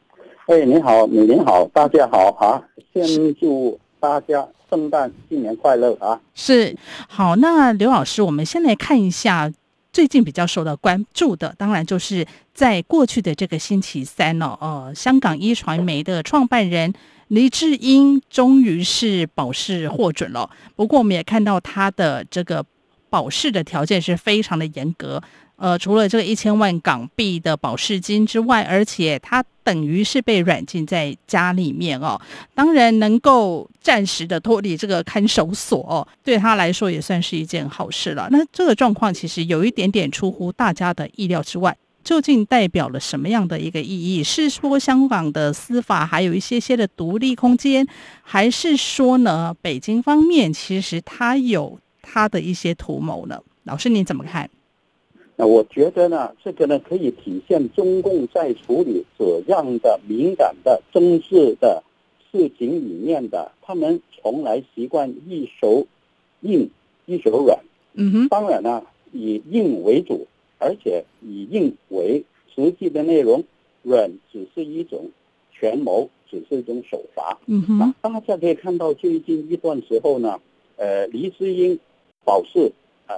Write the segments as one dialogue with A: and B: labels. A: 哎，您好，美玲好，大家好啊！先祝大家圣诞新年快乐啊！
B: 是好，那刘老师，我们先来看一下最近比较受到关注的，当然就是在过去的这个星期三哦，呃，香港一传媒的创办人黎智英终于是保释获准了。不过我们也看到他的这个保释的条件是非常的严格，呃，除了这个一千万港币的保释金之外，而且他等于是被软禁在家里面哦。当然能够暂时的脱离这个看守所、哦，对他来说也算是一件好事了。那这个状况其实有一点点出乎大家的意料之外，究竟代表了什么样的一个意义？是说香港的司法还有一些些的独立空间，还是说呢，北京方面其实他有他的一些图谋呢？老师你怎么看？
A: 那我觉得呢，这个呢可以体现中共在处理这样的敏感的政治的事情里面的，他们从来习惯一手硬一手软，
B: 嗯哼，
A: 当然呢以硬为主，而且以硬为实际的内容，软只是一种权谋，只是一种手法。
B: 嗯
A: 那
B: 哼，
A: 大家可以看到，最近一段时候呢，呃，黎智英保释呃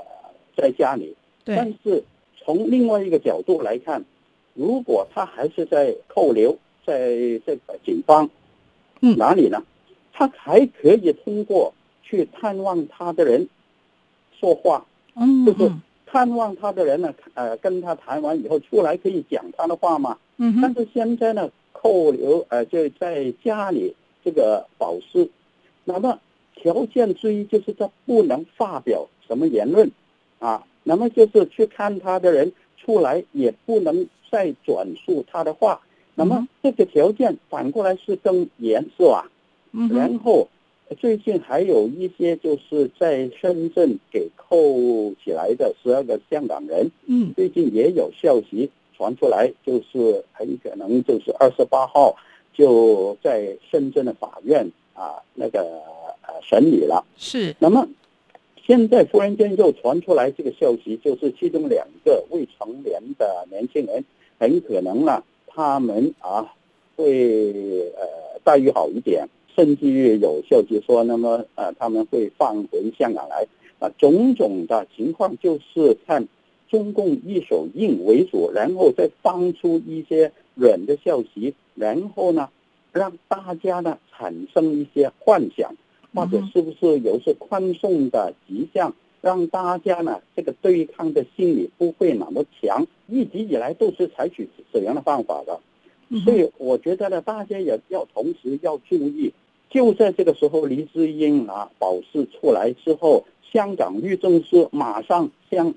A: 在家里，但
B: 对，
A: 是从另外一个角度来看，如果他还是在扣留，在这个警方，
B: 嗯
A: 哪里呢？他还可以通过去探望他的人说话，
B: 嗯
A: 就是
B: 嗯
A: 探望他的人呢，呃，跟他谈完以后出来可以讲他的话嘛。
B: 嗯
A: 但
B: 哼，
A: 是现在呢，扣留呃就在家里这个保释，那么条件之一就是他不能发表什么言论啊，那么就是去看他的人出来也不能再转述他的话，那么这个条件反过来是更严是吧？
B: 嗯哼，
A: 然后最近还有一些就是在深圳给扣起来的十二个香港人，
B: 嗯
A: 最近也有消息传出来，就是很可能就是二十八号就在深圳的法院啊那个呃审理了。
B: 是，
A: 那么现在忽然间又传出来这个消息，就是其中两个未成年的年轻人，很可能呢他们啊会呃待遇好一点，甚至于有消息说，那么呃他们会放回香港来啊、种种的情况就是看中共一手硬为主，然后再放出一些软的消息，然后呢让大家呢产生一些幻想。或者是不是有些宽松的迹象，让大家呢这个对抗的心理不会那么强？一直以来都是采取这样的方法的，
B: 嗯
A: 所
B: 哼，
A: 以我觉得呢，大家也要同时要注意，就在这个时候，黎智英啊保释出来之后，香港律政司马上向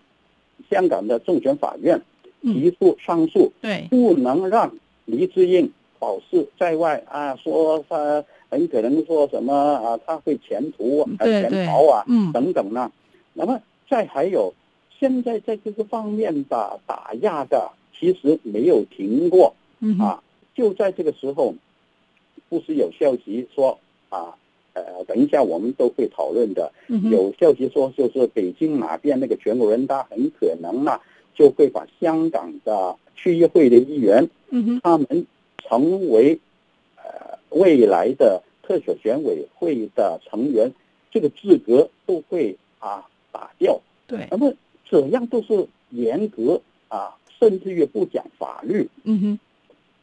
A: 香港的政权法院
B: 嗯
A: 提出上诉，
B: 对，
A: 不能让黎智英保释在外啊，说他很可能说什么啊，他会潜逃啊、
B: 嗯对
A: 潜
B: 对
A: 逃啊
B: 嗯
A: 等等呢。那么再还有，现在在这个方面的打压的其实没有停过。
B: 嗯哼，
A: 啊，就在这个时候，不时有消息说啊，呃，等一下我们都会讨论的。
B: 嗯哼，
A: 有消息说，就是北京哪边那个全国人大很可能呢，就会把香港的区议会的议员，
B: 嗯哼，
A: 他们成为呃未来的特选选委会的成员，这个资格都会啊打掉。
B: 对
A: 那，么这样都是严格啊，甚至于不讲法律。
B: 嗯哼，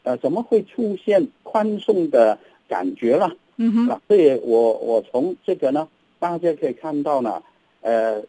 A: 呃，怎么会出现宽松的感觉了？
B: 嗯哼，
A: 啊，所以我我从这个呢，大家可以看到呢，呃，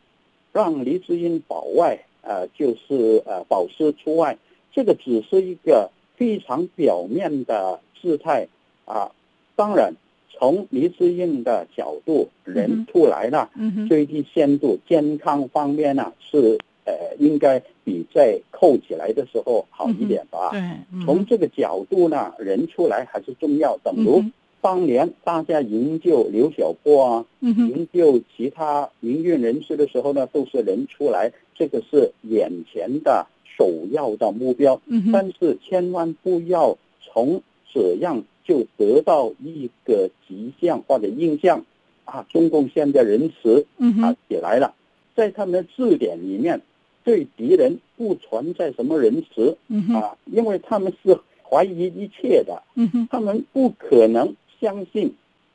A: 让黎智英保外，呃，就是呃保释出外，这个只是一个非常表面的姿态啊。当然，从黎智英的角度，
B: 嗯哼
A: 人出来了，
B: 嗯哼，
A: 最低限度健康方面呢、是呃应该比在扣起来的时候好一点吧。
B: 对，嗯
A: 从这个角度呢，人出来还是重要。等如
B: 嗯
A: 当年大家营救刘晓波啊，
B: 嗯哼，
A: 营救其他民运人士的时候呢，都是人出来，这个是眼前的首要的目标。
B: 嗯哼，
A: 但是千万不要从这样就得到一个迹象或者印象啊，中共现在仁慈
B: 嗯
A: 啊
B: 哼，
A: 起来了，在他们的字典里面，对敌人不存在什么仁慈。
B: 嗯哼，
A: 啊，因为他们是怀疑一切的，
B: 嗯哼，
A: 他们不可能相信，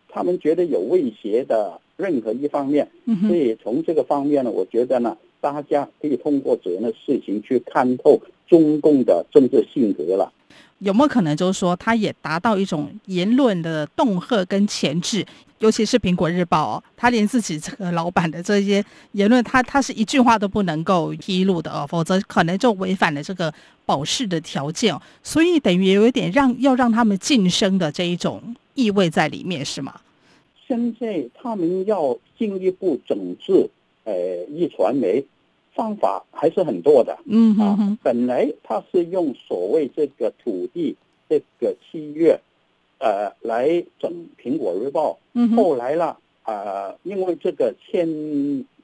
A: 他们觉得有威胁的任何一方面。
B: 嗯
A: 所
B: 哼，
A: 以从这个方面呢，我觉得呢，大家可以通过这样的事情去看透中共的政治性格了。
B: 有没有可能就是说，他也达到一种言论的恫吓跟钳制？尤其是《苹果日报》哦，他连自己这个老板的这些言论，他他是一句话都不能够披露的哦，否则可能就违反了这个保释的条件哦。所以等于有一点让要让他们晋升的这一种意味在里面，是吗？
A: 现在他们要进一步整治，呃，一传媒，方法还是很多的。
B: 嗯哼
A: 啊
B: 哼，，
A: 本来他是用所谓这个土地这个契约，呃，来整《苹果日报
B: 嗯》，哼，
A: 后来呢，呃，因为这个牵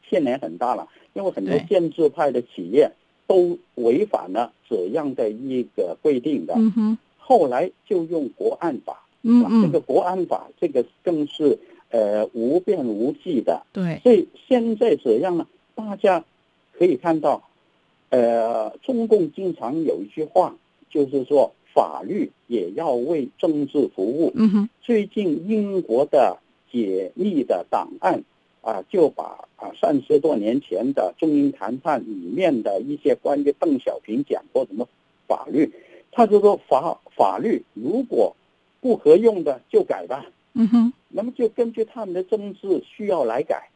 A: 牵连很大了，因为很多
B: 对
A: 建制派的企业都违反了这样的一个规定的，
B: 嗯哼，
A: 后来就用国安法，
B: 嗯
A: 啊这
B: 嗯，
A: 个国安法这个更是呃无边无际的，
B: 对，
A: 所以现在怎样呢？大家可以看到，呃，中共经常有一句话，就是说法律也要为政治服务。
B: 嗯哼，
A: 最近英国的解密的档案啊，就把啊三十多年前的中英谈判里面的一些关于邓小平讲过什么法律，他就说法法律如果不合用的就改吧。
B: 嗯哼，
A: 那么就根据他们的政治需要来改。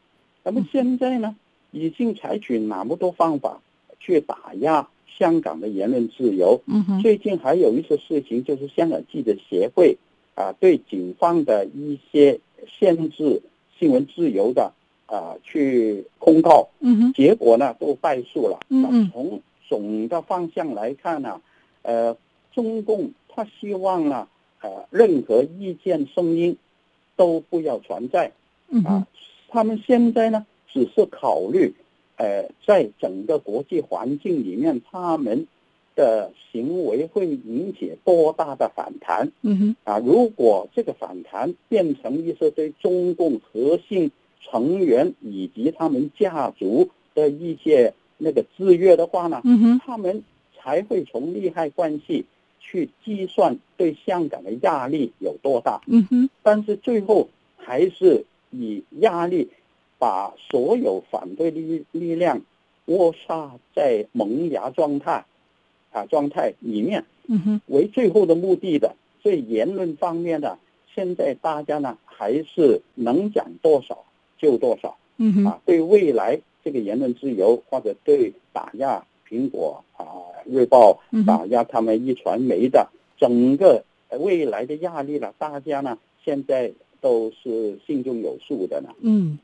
A: 那么现在呢，已经采取那么多方法去打压香港的言论自由。
B: 嗯哼，
A: 最近还有一些事情，就是香港记者协会啊，对警方的一些限制新闻自由的啊去公告，
B: 嗯哼，
A: 结果呢都败诉了。
B: 嗯嗯
A: 那从总的方向来看呢、呃，中共他希望呢，呃，任何意见声音都不要存在
B: 嗯哼
A: 啊，。他们现在呢，只是考虑，呃，在整个国际环境里面，他们的行为会引起多大的反弹。
B: 嗯哼，
A: 啊，如果这个反弹变成一些对中共核心成员以及他们家族的一些那个制约的话呢，
B: 嗯哼，
A: 他们才会从利害关系去计算对香港的压力有多大。
B: 嗯哼，
A: 但是最后还是以压力把所有反对力力量扼杀在萌芽状态啊状态里面。
B: 嗯哼，
A: 为最后的目的的。所以言论方面呢，现在大家呢还是能讲多少就多少
B: 嗯哼，
A: 啊。对未来这个言论自由，或者对打压苹果啊、日报
B: 嗯哼、
A: 打压他们一传媒的整个呃未来的压力呢，大家呢现在都是心中有数的呢。
B: 嗯，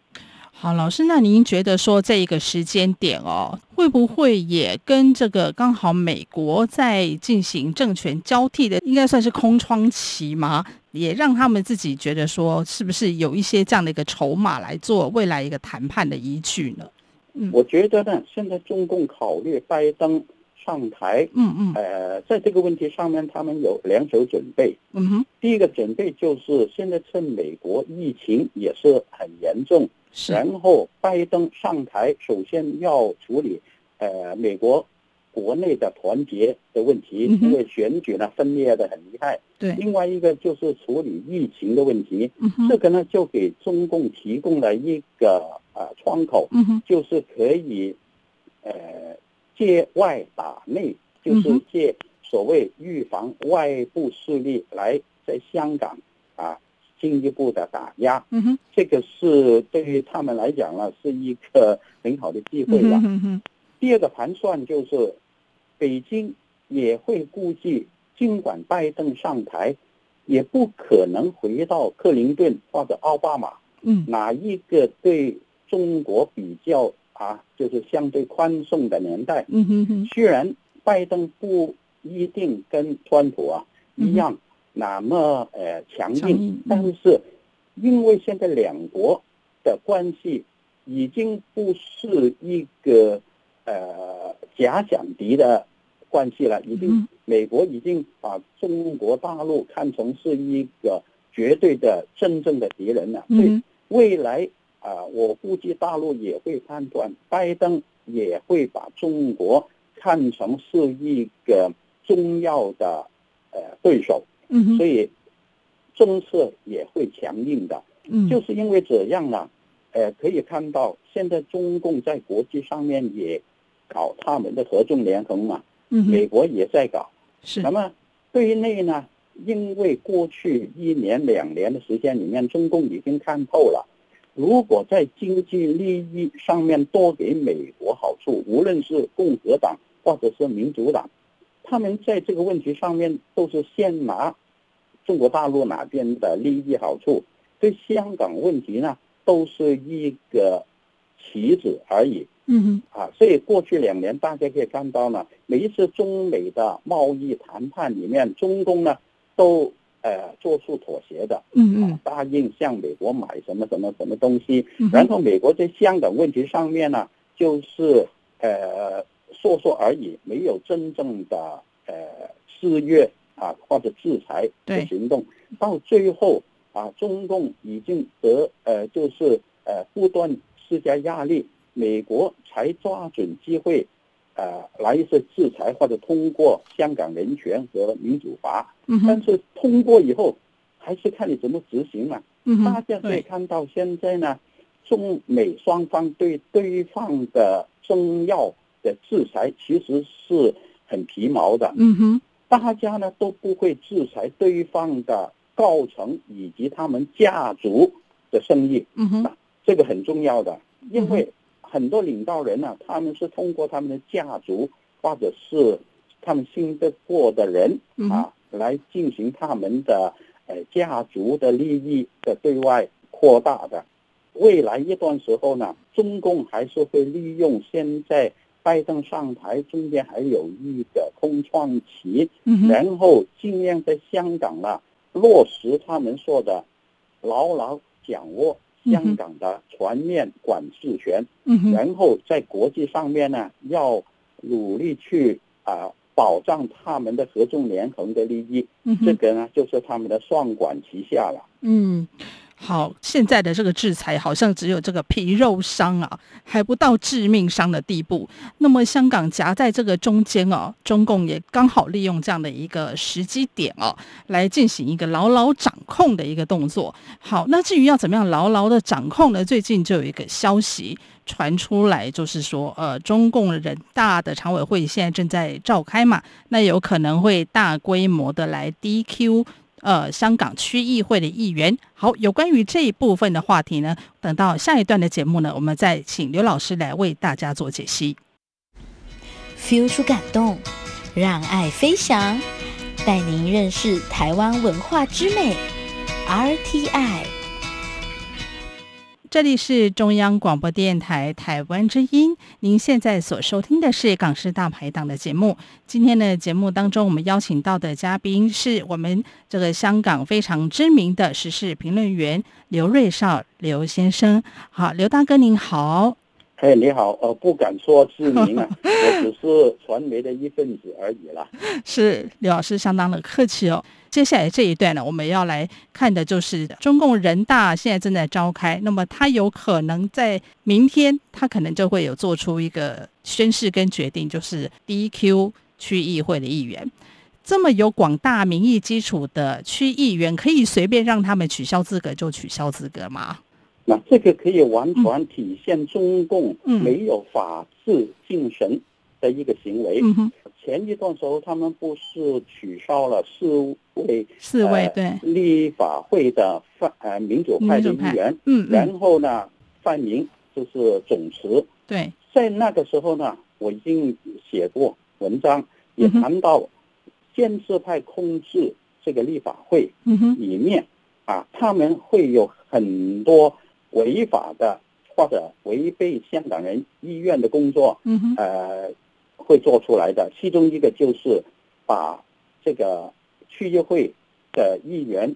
B: 好，老师，那您觉得说这一个时间点哦，会不会也跟这个刚好美国在进行政权交替的，应该算是空窗期吗？也让他们自己觉得说，是不是有一些这样的一个筹码来做未来一个谈判的依据呢？嗯
A: 我觉得呢，现在中共考虑拜登上台，
B: 嗯嗯
A: 呃，在这个问题上面，他们有两手准备。
B: 嗯哼，
A: 第一个准备就是现在趁美国疫情也是很严重，
B: 是，
A: 然后拜登上台，首先要处理呃美国国内的团结的问题，
B: 嗯哼
A: 因为选举呢分裂的很厉害。
B: 对，
A: 另外一个就是处理疫情的问题，
B: 嗯哼
A: 这，个呢就给中共提供了一个呃窗口，
B: 嗯哼，
A: 就是可以呃借外打内，就
B: 嗯
A: 是借所谓预防外部势力来在香港啊进一步的打压。
B: 嗯哼，
A: 这个是对于他们来讲呢，是一个很好的机会
B: 嗯
A: 吧
B: 哼。嗯哼，
A: 第二个盘算就是，北京也会估计，尽管拜登上台，也不可能回到克林顿或者奥巴马
B: 嗯
A: 哪一个对中国比较啊，就是相对宽松的年代。
B: 嗯哼哼，
A: 虽然拜登不一定跟川普啊一样那么呃强
B: 嗯强硬
A: 硬
B: 嗯，
A: 但是因为现在两国的关系已经不是一个呃假想敌的关系了，已经
B: 嗯
A: 美国已经把中国大陆看成是一个绝对的真正的敌人了，所以
B: 嗯
A: 未来啊、我估计大陆也会判断，拜登也会把中国看成是一个重要的呃对手，
B: 嗯哼，
A: 所以政策也会强硬的。
B: 嗯
A: 就是因为这样呢，呃，可以看到现在中共在国际上面也搞他们的合纵连横嘛，
B: 嗯
A: 美
B: 哼，
A: 国也在搞。
B: 是
A: 那，么对于内呢，因为过去一年两年的时间里面，中共已经看透了，如果在经济利益上面多给美国好处，无论是共和党或者是民主党，他们在这个问题上面都是先拿中国大陆哪边的利益好处，对香港问题呢，都是一个棋子而已。
B: 嗯哼，
A: 啊，所以过去两年大家可以看到呢，每一次中美的贸易谈判里面，中共呢都呃做出妥协的，
B: 嗯
A: 啊
B: 嗯，
A: 答应向美国买什么什么什么东西，
B: 嗯哼
A: 然后美国在香港问题上面呢，就是呃说说而已，没有真正的呃制约啊或者制裁
B: 对
A: 的行动。到最后啊，中共已经得呃就是呃不断施加压力，美国才抓准机会。呃，来一次制裁或者通过香港人权和民主法，
B: 嗯
A: 但
B: 哼，
A: 是通过以后，还是看你怎么执行嘛、
B: 嗯
A: 大
B: 哼，
A: 家可以
B: 对，
A: 看到，现在呢，中美双方对对方的中药的制裁其实是很皮毛的，
B: 嗯哼，
A: 大家呢都不会制裁对方的高层以及他们家族的生意，
B: 嗯哼，
A: 这个很重要的，因
B: 嗯
A: 为很多领导人呢、他们是通过他们的家族或者是他们信得过的人
B: 嗯哼
A: 啊，来进行他们的呃家族的利益的对外扩大的。未来一段时候呢，中共还是会利用现在拜登上台中间还有一个空窗期，
B: 嗯哼，
A: 然后尽量在香港呢落实他们说的，牢牢掌握香港的全面管制权，
B: 嗯哼，
A: 然后在国际上面呢要努力去啊、保障他们的合纵连横的利益，
B: 嗯
A: 这
B: 哼。
A: 个呢就是他们的双管齐下了。
B: 嗯，好，现在的这个制裁好像只有这个皮肉伤啊，还不到致命伤的地步。那么香港夹在这个中间哦，中共也刚好利用这样的一个时机点哦，来进行一个牢牢掌控的一个动作。好，那至于要怎么样牢牢的掌控呢？最近就有一个消息传出来，就是说，呃，中共人大的常委会现在正在召开嘛，那有可能会大规模的来 DQ 呃香港区议会的议员。好，有关于这一部分的话题呢，等到下一段的节目呢，我们再请刘老师来为大家做解析。
C: feel 出感动，让爱飞翔，带您认识台湾文化之美。RTI。
B: 这里是中央广播电台台湾之音，您现在所收听的是《港式大排档》的节目。今天的节目当中，我们邀请到的嘉宾是我们这个香港非常知名的时事评论员刘瑞少刘先生。好，刘大哥您好。
A: 哎，你好，呃，不敢说知 名啊，我只是传媒的一份子而已啦。
B: 是刘老师相当的客气哦。接下来这一段呢，我们要来看的就是中共人大现在正在召开，那么他有可能在明天，他可能就会有做出一个宣誓跟决定，就是 DQ 区议会的议员。这么有广大民意基础的区议员，可以随便让他们取消资格就取消资格吗？
A: 那这个可以完全体现中共
B: 嗯
A: 没有法治精神的一个行为。
B: 嗯哼，
A: 前一段时候，他们不是取消了四位
B: 四位、
A: 呃
B: 对，
A: 立法会的泛呃民主派
B: 民
A: 的
B: 主
A: 议
B: 派
A: 员，
B: 嗯嗯，
A: 然后呢，范明就是总辞。
B: 对，
A: 在那个时候呢，我已经写过文章，也
B: 嗯哼
A: 谈到建制派控制这个立法会
B: 嗯哼，
A: 里面啊，他们会有很多违法的或者违背香港人意愿的工作，
B: 嗯哼，
A: 呃，会做出来的。其中一个就是把这个区议会的议员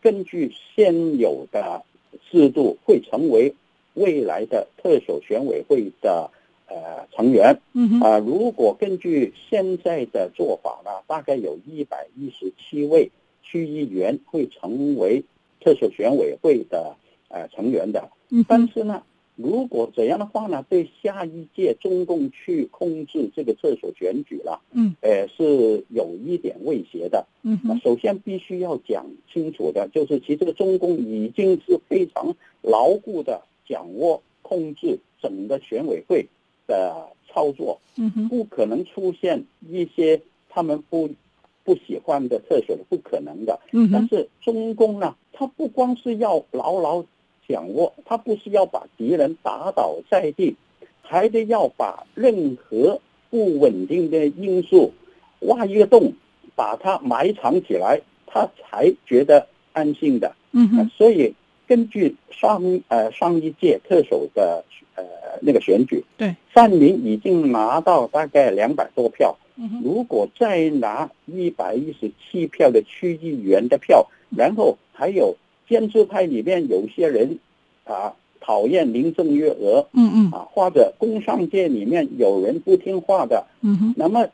A: 根据现有的制度，会成为未来的特首选委会的呃成员
B: 嗯哼，
A: 啊、如果根据现在的做法呢，大概有一百一十七位区议员会成为特首选委会的呃成员的。
B: 嗯
A: 但
B: 哼，
A: 是呢，如果这样的话呢，对下一届中共去控制这个特首选举了，
B: 嗯，
A: 呃，是有一点威胁的。
B: 嗯
A: 那
B: 哼，
A: 首先必须要讲清楚的，就是其实这个中共已经是非常牢固的掌握控制整个选委会的操作，
B: 嗯哼，
A: 不可能出现一些他们不不喜欢的特首，不可能的。
B: 嗯哼，
A: 但是中共呢，他不光是要牢牢掌握，他不是要把敌人打倒在地，还得要把任何不稳定的因素挖一个洞，把它埋藏起来，他才觉得安心的。
B: 嗯
A: 呃
B: 哼，
A: 所以根据上呃上一届特首的呃那个选举，
B: 对，
A: 范明已经拿到大概两百多票。
B: 嗯哼，
A: 如果再拿一百一十七票的区议员的票，然后还有建制派里面有些人啊讨厌林郑月娥
B: 嗯嗯，
A: 啊，或者工商界里面有人不听话的，
B: 嗯哼，
A: 那么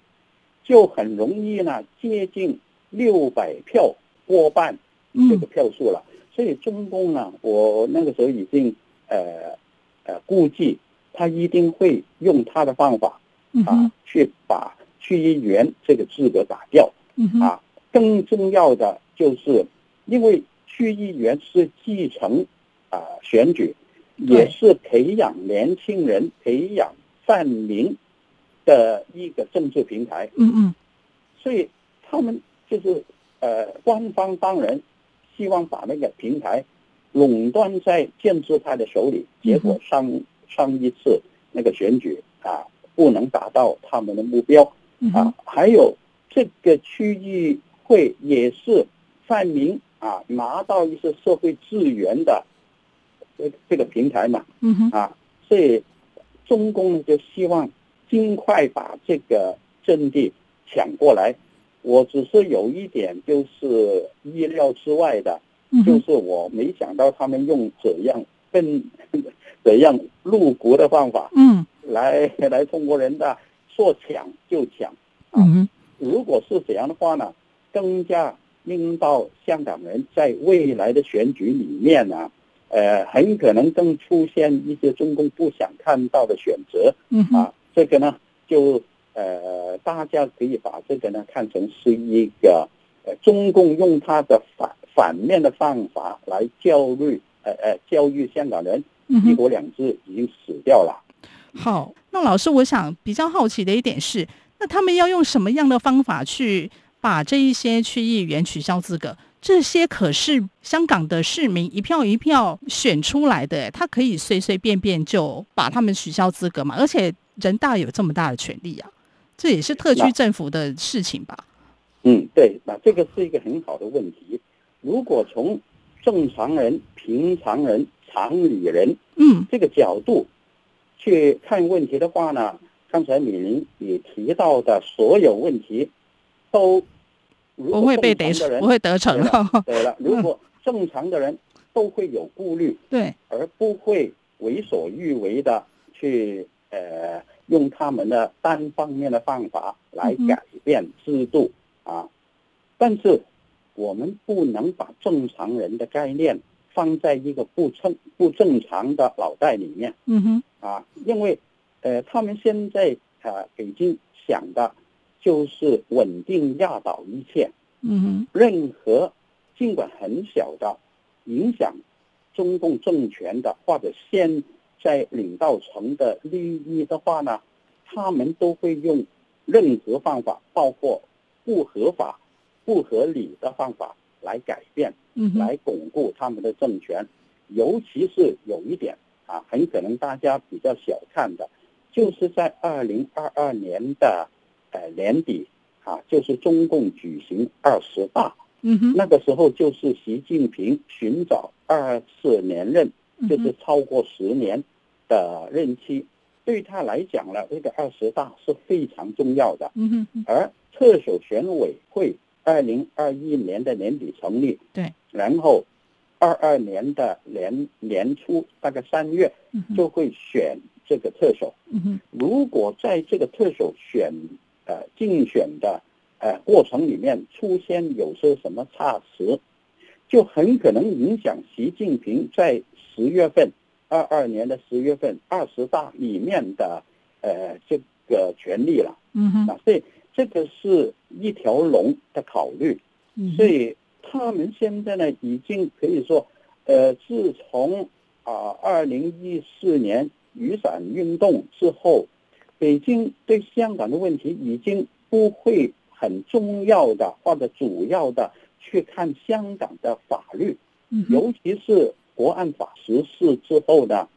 A: 就很容易呢接近六百票过半这
B: 嗯
A: 个票数了。所以中共呢，我那个时候已经呃呃估计他一定会用他的方法。
B: 嗯哼
A: 啊。，去把区议员这个资格打掉
B: 嗯哼，
A: 啊。更重要的就是，因为区议员是继承啊、选举，
B: 对
A: 也是培养年轻人、培养泛民的一个政治平台，
B: 嗯嗯
A: 所以他们就是呃，官方当然希望把那个平台垄断在建制派的手里，结
B: 嗯
A: 果上上一次那个选举啊，不能达到他们的目标。
B: 嗯哼
A: 啊，还有这个区域会也是泛民啊拿到一些社会资源的这这个平台嘛
B: 嗯哼，
A: 啊，所以中共呢就希望尽快把这个阵地抢过来。我只是有一点就是意料之外的，
B: 嗯
A: 就
B: 哼，
A: 是我没想到他们用怎样 更怎样露骨的方法
B: 嗯
A: 来来中国人的说抢就抢。
B: 嗯哼，
A: 如果是这样的话呢，更加令到香港人在未来的选举里面呢、呃，很可能更出现一些中共不想看到的选择
B: 嗯哼，
A: 啊。这个呢，就呃，大家可以把这个呢看成是一个呃，中共用他的反反面的方法来教育呃呃教育香港人，
B: 嗯
A: 一
B: 哼。
A: 国两制已经死掉了。
B: 好，那老师，我想比较好奇的一点是，那他们要用什么样的方法去把这一些区议员取消资格？这些可是香港的市民一票一票选出来的，他可以随随便便就把他们取消资格嘛？而且人大有这么大的权利啊，这也是特区
A: 那
B: 政府的事情吧？
A: 嗯，对，那这个是一个很好的问题。如果从正常人、平常人、常理人
D: 嗯
A: 这个角度去看问题的话呢，刚才米林也提到的所有问题，都如果
B: 不会被得
A: 正常的人
B: 不会得逞了。
A: 对了，如果正常的人都会有顾虑，
B: 对，
A: 而不会为所欲为的去呃用他们的单方面的方法来
B: 嗯哼
A: 改变制度、啊。但是我们不能把正常人的概念放在一个不正不正常的脑袋里面
B: 嗯哼，
A: 啊，因为呃他们现在啊北京想的就是稳定压倒一切，
B: 嗯
A: 任何尽管很小的影响中共政权的或者现在领导层的利益的话呢，他们都会用任何方法，包括不合法、不合理的方法来改变、
B: 哼，嗯哼，
A: 来巩固他们的政权。尤其是有一点啊，很可能大家比较小看的，就是在二零二二年的呃年底啊，就是中共举行二十大。
B: 嗯哼，
A: 那个时候就是习近平寻找二次连任，
B: 嗯哼
A: 就是超过十年的任期，对他来讲呢，这个二十大是非常重要的。
B: 嗯哼嗯哼，
A: 而特首选委会二零二一年的年底成立，
B: 对，
A: 然后二二年的年年初大概三月
B: 嗯哼，
A: 就会选这个特首。
B: 嗯哼，
A: 如果在这个特首选呃竞选的呃过程里面出现有些什么差池，就很可能影响习近平在十月份二二年的十月份二十大里面的呃这个权利了。
B: 嗯哼，
A: 那所以这个是一条龙的考虑。
B: 嗯
A: 所
B: 哼，
A: 以他们现在呢，已经可以说，呃，自从啊二零一四年雨伞运动之后，北京对香港的问题已经不会很重要的或者主要的去看香港的法律，
B: 嗯哼，
A: 尤其是国安法实施之后呢，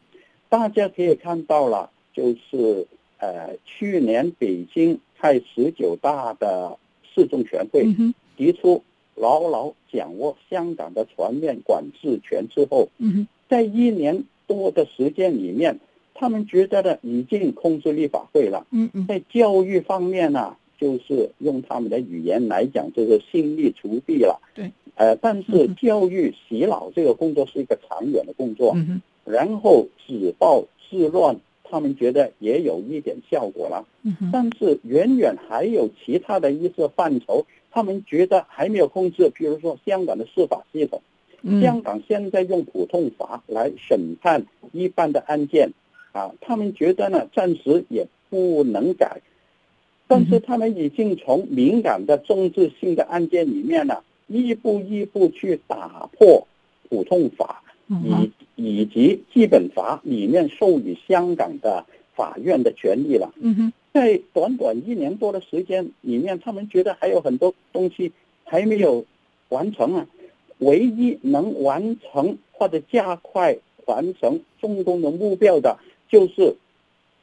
A: 大家可以看到了，就是呃去年北京开十九大的四中全会。
B: 嗯哼，
A: 提出牢牢掌握香港的全面管制权之后，
B: 嗯哼，
A: 在一年多的时间里面，他们觉得呢已经控制立法会了。
B: 嗯嗯，
A: 在教育方面呢、就是用他们的语言来讲，就是心力除弊了。
B: 对，
A: 呃，但是
B: 嗯哼
A: 教育洗脑这个工作是一个长远的工作，
B: 嗯哼，
A: 然后止暴制乱，他们觉得也有一点效果了。
B: 嗯哼，
A: 但是远远还有其他的一些范畴，他们觉得还没有控制，比如说香港的司法系统，
B: 嗯
A: 香港现在用普通法来审判一般的案件，啊，他们觉得呢暂时也不能改，但是他们已经从敏感的政治性的案件里面呢，一步一步去打破普通法
B: 嗯哼，
A: 以以及基本法里面授予香港的法院的权利了。
B: 嗯哼，
A: 在短短一年多的时间里面，他们觉得还有很多东西还没有完成啊。唯一能完成或者加快完成中共的目标的，就是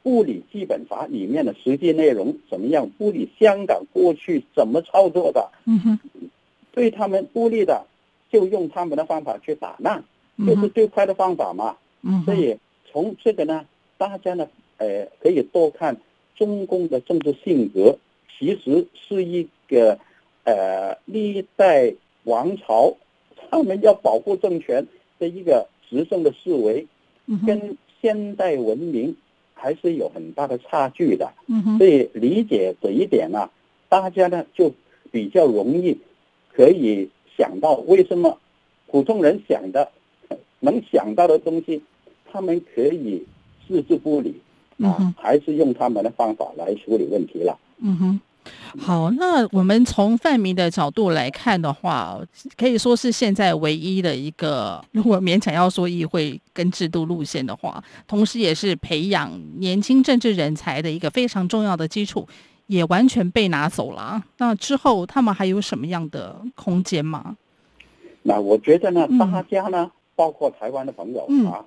A: 不理基本法里面的实际内容怎么样，不理香港过去怎么操作的，
B: 嗯哼，
A: 对他们不利的，就用他们的方法去打烂，
B: 嗯
A: 这是
B: 哼，
A: 最快的方法嘛。
B: 嗯
A: 所
B: 哼，
A: 以从这个呢，大家呢，呃，可以多看中共的政治性格，其实是一个呃历代王朝他们要保护政权的一个执政的思维，
B: 嗯哼，
A: 跟现代文明还是有很大的差距的。
B: 嗯哼，
A: 所以理解这一点呢、啊大家呢就比较容易可以想到为什么普通人想的能想到的东西，他们可以置之不理
B: 嗯哼
A: 啊，还是用他们的方法来处理问题了。
B: 嗯哼，好，那我们从泛民的角度来看的话，可以说是现在唯一的一个， 如果勉强要说议会跟制度路线的话，同时也是培养年轻政治人才的一个非常重要的基础，也完全被拿走了。那之后他们还有什么样的空间吗？
A: 那我觉得呢
B: 嗯，
A: 大家呢，包括台湾的朋友
B: 嗯
A: 啊，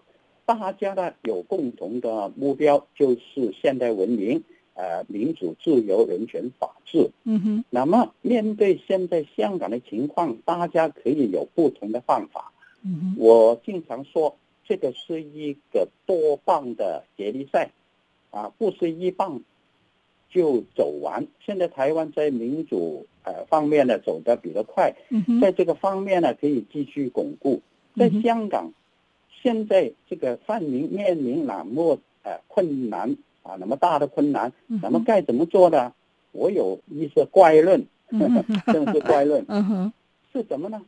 A: 大家呢有共同的目标，就是现代文明、呃民主、自由、人权、法治。
B: 嗯哼，
A: 那么面对现在香港的情况，大家可以有不同的办法
B: 嗯
A: 我经常说，这个是一个多棒的接力赛，啊，不是一棒就走完。现在台湾在民主呃方面呢走得比较快，
B: 嗯哼
A: 在这个方面呢可以继续巩固。在
B: 嗯哼
A: 香港，现在这个泛民面临哪么呃困难啊，那么大的困难，
B: 嗯哼，
A: 咱们该怎么做呢？我有一些怪论，
B: 嗯哼
A: 政治 怪论。
B: 嗯哼，
A: 是什么呢？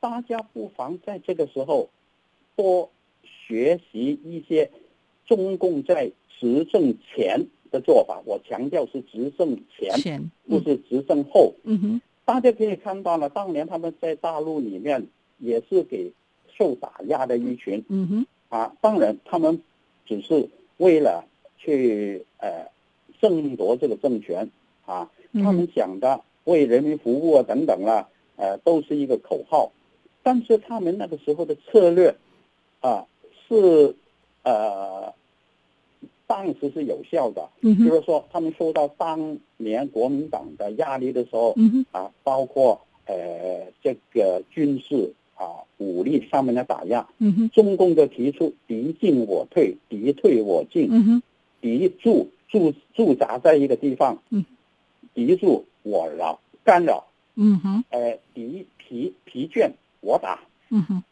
A: 大家不妨在这个时候多学习一些中共在执政前的做法。我强调是执政前，
B: 钱，
A: 不
B: 嗯
A: 是执政后。
B: 嗯哼，
A: 大家可以看到了，当年他们在大陆里面也是给受打压的一群
B: 嗯哼，
A: 啊。当然，他们只是为了去呃争夺这个政权啊，
B: 嗯
A: 他们讲的为人民服务啊等等啦、呃，都是一个口号，但是他们那个时候的策略啊、是呃当时是有效的，
B: 嗯
A: 比
B: 哼，
A: 如说他们受到当年国民党的压力的时候
B: 嗯哼，
A: 啊，包括呃这个军事啊武力上面的打压，
B: 嗯哼，
A: 中共就提出敌进我退，敌退我进，
B: 嗯哼，
A: 敌驻驻驻扎在一个地方，
B: 嗯，
A: 敌驻我扰干扰，
B: 嗯哼，
A: 呃，敌疲疲倦我打，
B: 嗯哼，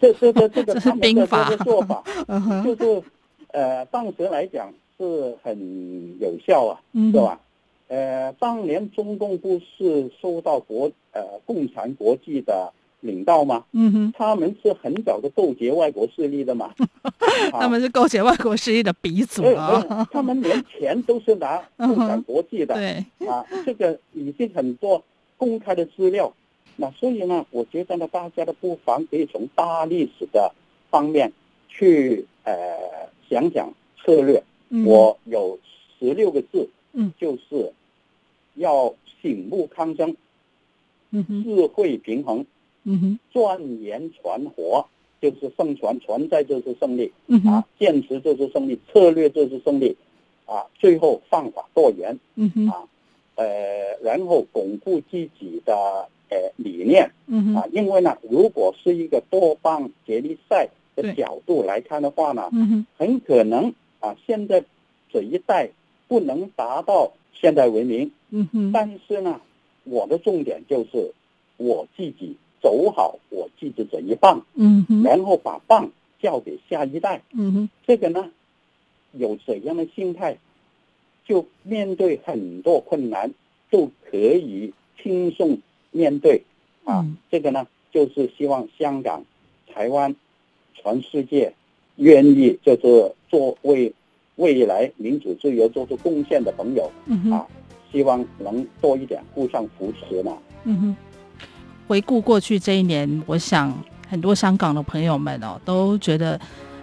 A: 这这这这 个
B: 这是
A: 他们的
B: 兵法
A: 这个做法，
B: 嗯哼，
A: 就是呃，当时来讲是很有效啊，
B: 嗯
A: 是吧？呃，当年中共不是受到国呃共产国际的领导吗？
B: 嗯哼，
A: 他们是很早就勾结外国势力的嘛，啊
B: 他们是勾结外国势力的鼻祖
A: 哎
B: 啊，
A: 哎他们连钱都是拿共产国际的，
B: 嗯对，
A: 啊，这个已经很多公开的资料。那所以呢，我觉得呢，大家的不妨可以从大历史的方面去呃想想策略。
B: 嗯
A: 我有十六个字，
B: 嗯，
A: 就是要醒目康生，
B: 嗯哼，
A: 智慧平衡，
B: 嗯哼，
A: 钻研存活，就是生存，存在就是胜利
B: 嗯哼
A: 啊，，坚持就是胜利，策略就是胜利啊，最后方法多元。
B: 嗯哼，
A: 啊，呃，然后巩固自己的呃理念
B: 嗯哼，
A: 啊，因为呢，如果是一个多棒接力赛
B: 对
A: 的角度来看的话呢，
B: 嗯哼，
A: 很可能啊，现在这一代不能达到现代文明，
B: 嗯哼，
A: 但是呢，我的重点就是我自己走好我自己这一棒，
B: 嗯哼，
A: 然后把棒交给下一代。
B: 嗯哼，
A: 这个呢，有怎样的心态，就面对很多困难都可以轻松面对啊。
B: 嗯
A: 这个呢，就是希望香港、台湾、全世界愿意就是做为未来民主自由做出贡献的朋友，
B: 嗯哼。
A: 啊希望能多一点互相扶持嘛。
B: 嗯哼，回顾过去这一年，我想很多香港的朋友们哦，都觉得，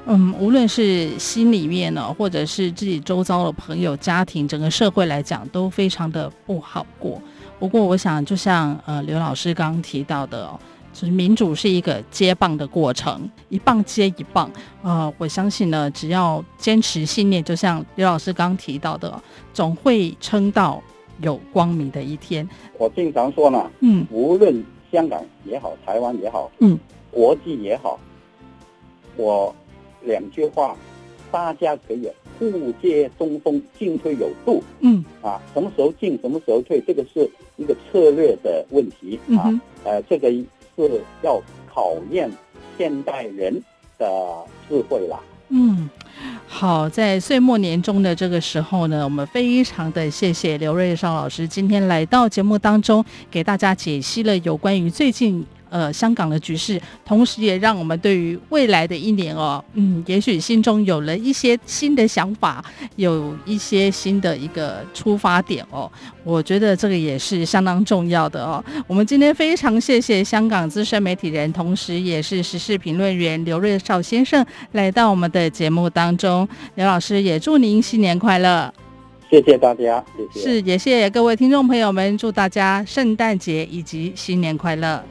B: 嗯，无论是心里面呢、或者是自己周遭的朋友、家庭、整个社会来讲，都非常的不好过。不过，我想就像呃刘老师刚刚提到的哦。就是民主是一个接棒的过程，一棒接一棒。呃，我相信呢，只要坚持信念，就像刘老师刚刚提到的哦，总会撑到有光明的一天。
A: 我经常说呢，
B: 嗯，
A: 无论香港也好，台湾也好，
B: 嗯，
A: 国际也好，我两句话，大家可以互借东风，进退有度
B: 嗯
A: 啊。什么时候进，什么时候退，这个是一个策略的问题
B: 嗯
A: 啊
B: 哼。
A: 呃，这个是要考验现代人的智慧啦。
B: 嗯，好，在岁末年终的这个时候呢，我们非常的谢谢刘瑞绍老师今天来到节目当中，给大家解析了有关于最近。呃，香港的局势，同时也让我们对于未来的一年哦，嗯，也许心中有了一些新的想法，有一些新的一个出发点哦。我觉得这个也是相当重要的哦。我们今天非常谢谢香港资深媒体人，同时也是时事评论员刘瑞绍先生来到我们的节目当中。刘老师也祝您新年快乐，
A: 谢谢大家，谢谢。
B: 是也谢谢各位听众朋友们，祝大家圣诞节以及新年快乐。